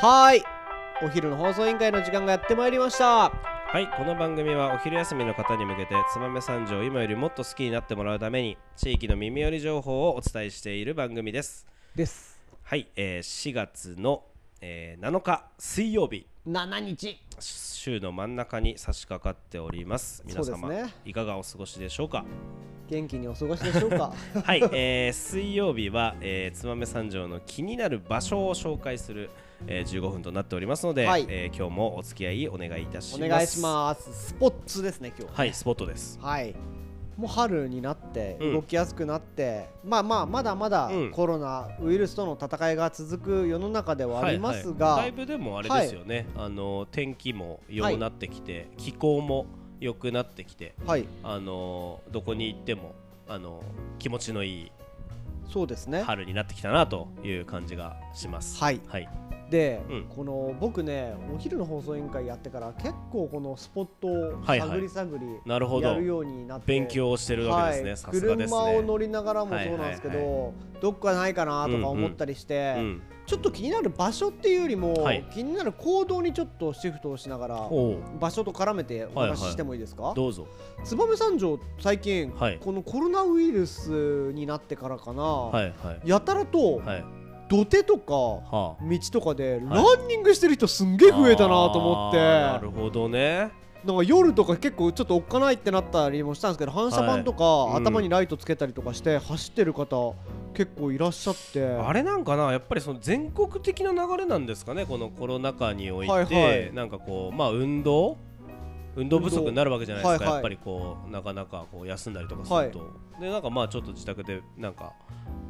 はーいお昼の放送委員会の時間がやってまいりましたはいこの番組はお昼休みの方に向けて燕三条を今よりもっと好きになってもらうために地域の耳寄り情報をお伝えしている番組ですですはい、えー4月の、えー7日水曜日7日週の真ん中に差し掛かっております皆そ様、うですねいかがお過ごしでしょうか元気にお過ごしでしょうかはい、えー水曜日は、えー、燕三条の気になる場所を紹介する、えー15分となっておりますので、はいえー今日もお付き合いお願いいた しおます願いしますスポッツですね今日はいスポットですはいもう春になってうん動きやすくなって、まあまあまだまだうんコロナウイルスとの戦いが続く世の中ではありますが、はいはいだいぶでもあれですよね、あの天気も良くなってきて、気候も良くなってきてはい、あのどこに行ってもあの気持ちのいいそうですね。春になってきたなという感じがしますはいはいで、うんこの僕ね、お昼の放送委員会やってから結構このスポットをはいはい探り探りなるほどやるようになって、勉強をしてるわけですね、さすがですね車を乗りながらもそうなんですけど、はいはどっかないかなとか思ったりして、うん、ちょっと気になる場所っていうよりも、はい気になる行動にちょっとシフトをしながら。おう場所と絡めてお話ししてもいいですか、どうぞ燕三条最近、はいこのコロナウイルスになってからかな、はいはいやたらと、はい土手とかはあ道とかでランニングしてる人すんげえ増えたなと思って、あーなるほどねなんか夜とか結構ちょっとおっかないってなったりもしたんですけど反射板とか、いうん頭にライトつけたりとかして走ってる方結構いらっしゃってあれなんかなやっぱりその全国的な流れなんですかねこのコロナ禍において、はいはいなんかこうまあ運動運動不足になるわけじゃないですはいはか、いやっぱりこうなかなかこう休んだりとかすると、でなんかまあちょっと自宅でなんか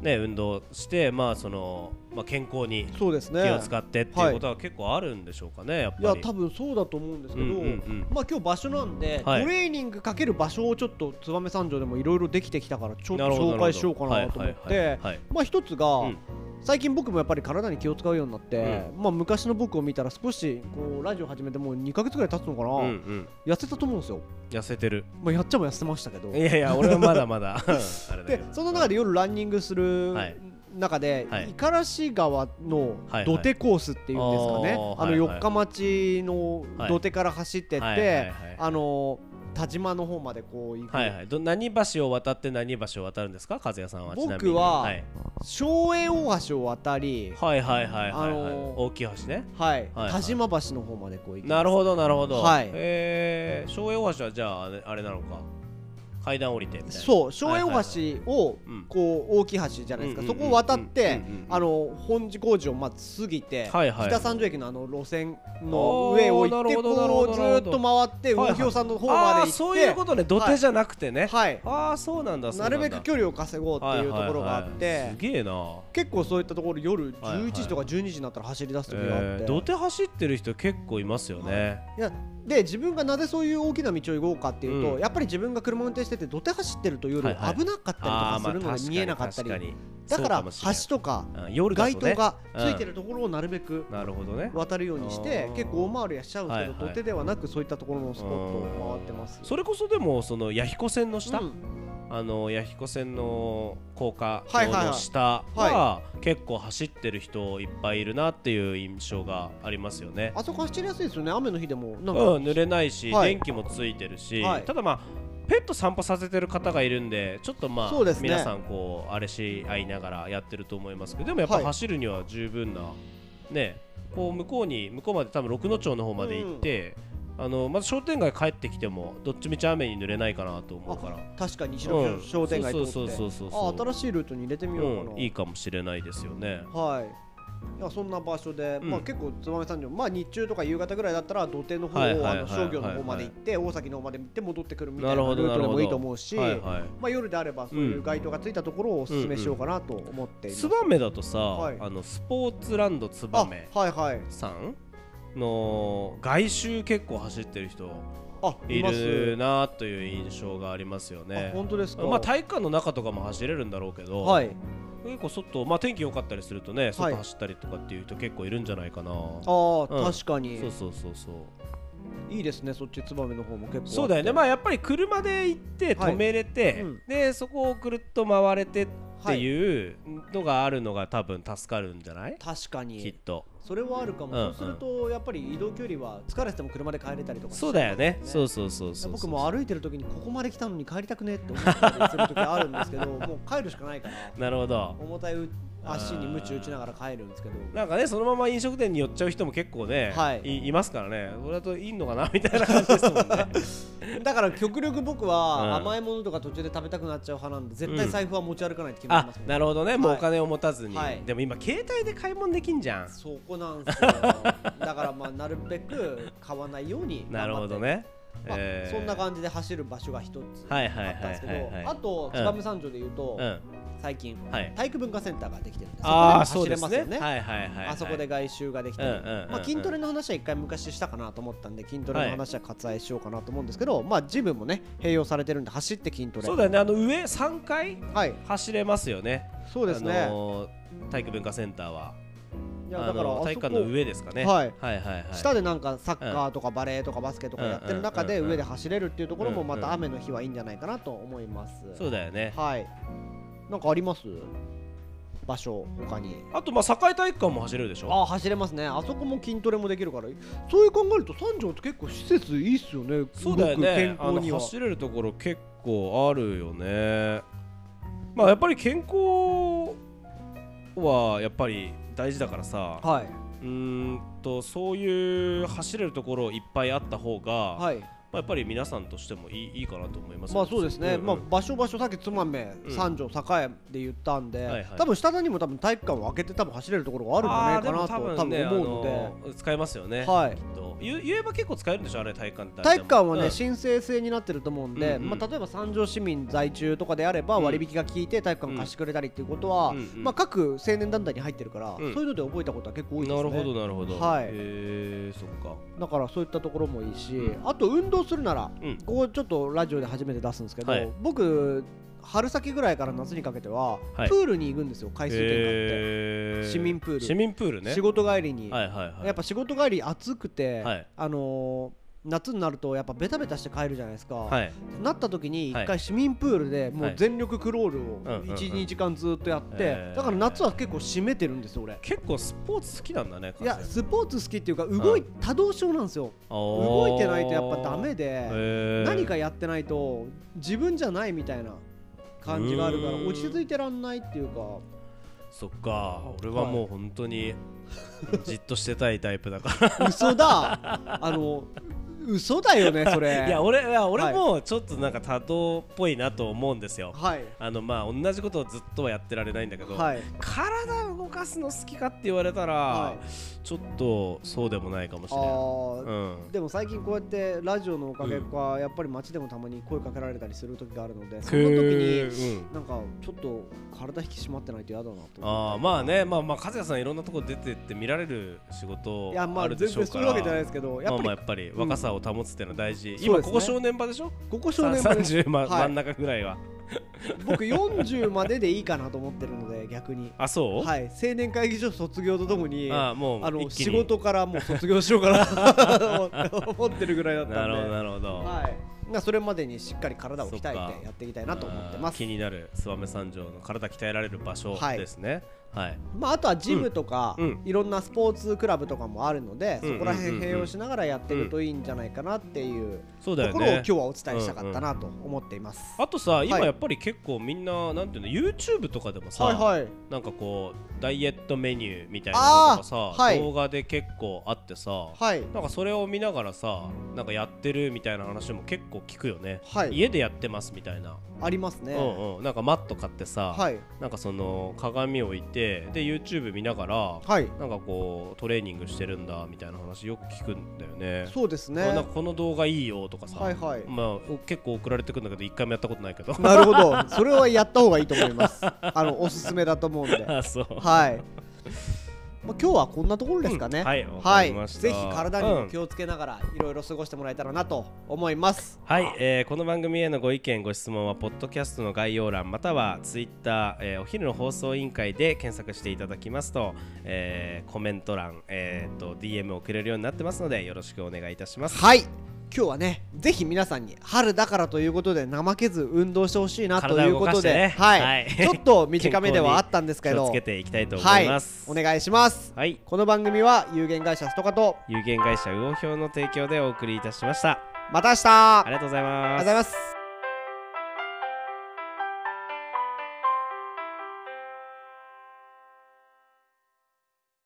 ね運動してまあその、まあ、健康にそうですね気を使ってっていうことは結構あるんでしょうかねやっいぱやり。多分そうだと思うんですけど、うんうんうんまあ今日場所なんで、はいトレーニングかける場所をちょっと燕三条でもいろいろできてきたからちょっとなるほど紹介しようかなと思っはいはいてはいはいまあ一つが、うん最近僕もやっぱり体に気を使うようになって、まあ昔の僕を見たら少しこうラジオ始めてもう2ヶ月ぐらい経つのかな、うんうん、痩せたと思うんですよ、痩せてるまあ、やっちゃも痩せてましたけどいやいや俺はまだまだ あれだけ でどその中で夜ランニングするはい中で、はい五十嵐川のはいはい土手コースっていうんですかね、おーあはのいはい四日町の土手から走ってって、はいはいはいはいあの田島の方までこう行く、はいはい、ど何橋を渡って何橋を渡るんですか和也さんはちなみに僕ははい、荘園大橋を渡り、はいはいはいはい、はいあのー大きい橋ねはいはい田島橋の方までこう行くなるほどなるほどはいえー、昭栄大橋はじゃああれあれなのか階段降りてみたいなうそう荘園大橋をうんこう大きい橋じゃないですか、うんうんそうんこを渡って、うんうんうんあの本地工事をまず過ぎて、はいはい北三条駅のあの路線の上を行っておーなるほどなるこほうどずーっと回ってはいはい魚評さんの方あまであー行っそうて、いうことね土手じゃなくてね、はいああそうなんだそうななんだるべく距離を稼ごうっていうところがあって、はいはいはいすげえな結構そういったところ夜はいはい11時とか12時になったら走り出す時があって、えー、土手走ってる人結構いますよね、いやで自分がなぜそういう大きな道を行こうかっていうと、うんやっぱり自分が車運転してて土手走ってると夜はいはい危なかったりとあかーすまあるのが見えなかったり、確にだから橋走とか夜だ街と、ね、灯がついてるところをなるべくなるほどね渡るようにしてあー結構大回りはしちゃうんですけど、はいは土い手ではなくそういったところのスポットを回ってます。それこそでもその弥彦線の下、うんあの弥彦線の高は架橋いはいはいの下はは結構走ってる人いっぱいいるなっていう印象がありますよね。あそこ走りやすいですよね雨の日でもうなんんか、濡れないし、はい電気もついてるし、はいただまあペット散歩させてる方がいるんでちょっとまそうあ、ですね皆さんこうあれし合いながらやってると思いますけどでもやっぱはい走るには十分な、ねこう向こうに向こうまで多分六野町の方まで行って、あのまず商店街帰ってきてもどっちみち雨に濡れないかなと思うから。確かに西のうん商店街通って、そうそうそうそうそうあ新しいルートに入れてみようかな、うん、いいかもしれないですよね。はいいやそんな場所で、うんまあ、結構燕三条、まあ、日中とか夕方ぐらいだったら土手の方を、はいはいはいあの商業の方まで行って、大崎の方まで行って戻ってくるみたないなるルほーどなトるでほもど。いいと思うし、はいはいまあ、夜であればそういう街灯がついたところをお勧めしようかなと思っています、ツバメだとさ、はいあのスポーツランドツバメあはいはいさんの外周結構走ってる人あいいまするなという印象がありますよあね。本当ですか、まあ体育館の中とかも走れるんだろうけど、はい結構外、まあ、天気良かったりするとねはい外走ったりとかっていう人結構いるんじゃないかな、あー、うん確かにそうそうそうそういいですねそっちツバメの方も結構そうだよねまあっあやっぱり車で行ってはい止めれて、うんでそこをくるっと回れてって、っていうのがあるのが多分助かるんじゃない確かきっにとそれはあるかも、うんうんそうするとやっぱり移動距離は疲れてても車で帰れたりとかそうだよねしちゃいますもんそうそうそうそう僕も歩いてる時にここまで来たのに帰りたくねって思ったりする時あるんですけどもう帰るしかないから なるほど重たい足に鞭打ちながら帰るんですけどなんかねそのまま飲食店に寄っちゃう人も結構ね、はいい、いますからねそれだといいのかなみたいな感じですもんねだから極力僕うんは甘いものとか途中で食べたくなっちゃう派なんで絶対財布は持ち歩かないって決めてあますもん、なるほどねもうはおい金を持たずに、はいでも今携帯で買い物できんじゃんそこなんですよだからまあなるべく買わないように頑張って なるほど、ね、まあえーそんな感じで走る場所が一つあっはいはいはいたんですけはいはいどあと燕三条で言うと、うん最近はい体育文化センターができてるんでああそこそうででもす走れますよねねはいはいはいはいあそこで外周ができたり、うんうんうんうんまあ、筋トレの話は一回昔したかなと思ったんで筋トレの話は割愛しようかなと思うんですけど、まあジムもね併用されてるんで走って筋トレそうだよねあの上3回はい走れますよねそうですね、あのー体育文化センターは、いやあだからあのそこ体育館の上ですかね、はいはいはいはい下でなんかサッカーとかバレーとかバスケとかやってる中でうんうんうんうん上で走れるっていうところもまうんうたん雨の日はいいんじゃないかなと思います、そうだよねはいなんかあります場所他にあとまあ堺体育館も走れるでしょああ走れますねあそこも筋トレもできるからそういう考えると三条って結構施設いいっすよねそうだよねすごくあ健康のには走れるところ結構あるよねまあやっぱり健康はやっぱり大事だからさはいうーんとそういう走れるところいっぱいあった方が、はいまあ、やっぱり皆さんとしてもいいいいかなと思いますよまあそうですね、んんまあ、場所場所さっきつまめ、うん三条栄で言ったんで、はいはい多分下田にも多分体育館を開けて多分走れるところがあるんじゃないかなとあーでも多分,、ね思うので、あの使えますよね、はいきっと言う言えば結構使えるんでしょあれ体育館って体育館はね、うん申請制になってると思うんで、うんうんまあ、例えば三条市民在住とかであればうん割引が効いて体育館貸してくれたりっていうことは、うんうんまあ、各青年団体に入ってるから、うんそういうので覚えたことは結構多いですねなるほどなるほどはいへえそっかだからそういったところもいいし、うんあと運動するなら、うんここちょっとラジオで初めて出すんですけど、はい僕春先ぐらいから夏にかけては、はいプールに行くんですよ海水浴にって。へえ市民プール市民プールね仕事帰りに、はいはいはいやっぱ仕事帰り暑くて、はいあのー夏になるとやっぱベタベタして帰るじゃないですか、はいなった時にはい一回市民プールでもはうい全力クロールをうんうんうん12、時間ずっとやって、へーだから夏は結構締めてるんですよ俺結構スポーツ好きなんだねいや完全にスポーツ好きっていうか動い、う多動症なんですよあー動いてないとやっぱダメへでー何かやってないと自分じゃないみたいな感じがあるからうーん落ち着いてらんないっていうかそっか俺はもう本当にじっとしてたいタイ プだから嘘 だあの嘘だよねそれいや俺いや俺もちょっとなんか多動っぽいなと思うんですよ、はいあのまあ同じことをずっとはやってられないんだけど、はい体動かすの好きかって言われたら、はちょっとそうでもないかもしあれない。ーうんでも最近こうやってラジオのおかげか、やっぱり街でもたまに声かけられたりする時があるのでそんな時にに、うんなんかちょっと体引き締まってないと嫌だなと思ってあーまあねまあまあ和也さんいろんなとこ出てって見られる仕い事やまあある全でしょう然そかういうわけじゃないらですけどやまっぱあまありやっぱりうん若さを保つっていうのは大事、すね今ここ正念場でしょここ正さ念 場です30、まはい真ん中ぐらいは僕40まででいいかなと思ってるので逆にあそう、はい青年会議所卒業とともにあーもうあの一気に仕事からもう卒業しようかなと 思ってるぐらいだったんでなるほどなるほど、はい、まあそれまでにしっかり体を鍛そっえかてやっていきたいなと思ってまあーす気になる燕三条の体鍛えられる場所はいですねはい、まあ、あとはジムとか、うんうんいろんなスポーツクラブとかもあるので、うんそこらうん辺うん併用しながらやってるといいんじゃないかなっていうそうだとよころをね今日はお伝えしたかったなと思っています。あとさ今はいやっぱり結構みんななんていうの YouTube とかでもさ、はいはい、なんかこうダイエットメニューみたいなのとかさ、あーはい動画で結構あってさ、はい、なんかそれを見ながらさなんかやってるみたいな話も結構聞くよね、はい家でやってますみたいな、ありますね。うんうんなんかマット買ってさ、はい、なんかその鏡を置いてで YouTube 見ながら、はい、なんかこうトレーニングしてるんだみたいな話よく聞くんだよねそうですねあ。なんかこの動画いいよとかさ、はいはい。まあお結構送られてくるんだけど一回もやったことないけどなるほど、それはやった方がいいと思います。あのおすすめだと思うんで。はい。あ そうまあ、今日はこんなところですかね。うんはいわかりましたぜひ体にも気をつけながら、いろいろ過ごしてもらえたらなと思います。はい、えーこの番組へのご意見ご質問はポッドキャストの概要欄またはツイッター、えーお昼の放送委員会で検索していただきますと、えーコメント欄、えーと DM を送れるようになってますのでよろしくお願いいたしますはい。今日はねぜひ皆さんに春だからということで怠けず運動してほしいなと体いうを動こかとしてで、ねはいはいちょっと短めではあったんですけ気をどつけていきたいと思はいいますお願いしますはいこの番組は有限会社ストカと有限会社魚表の提供でお送りいたしましたまた明日あありがとうございりがとうまごすざいます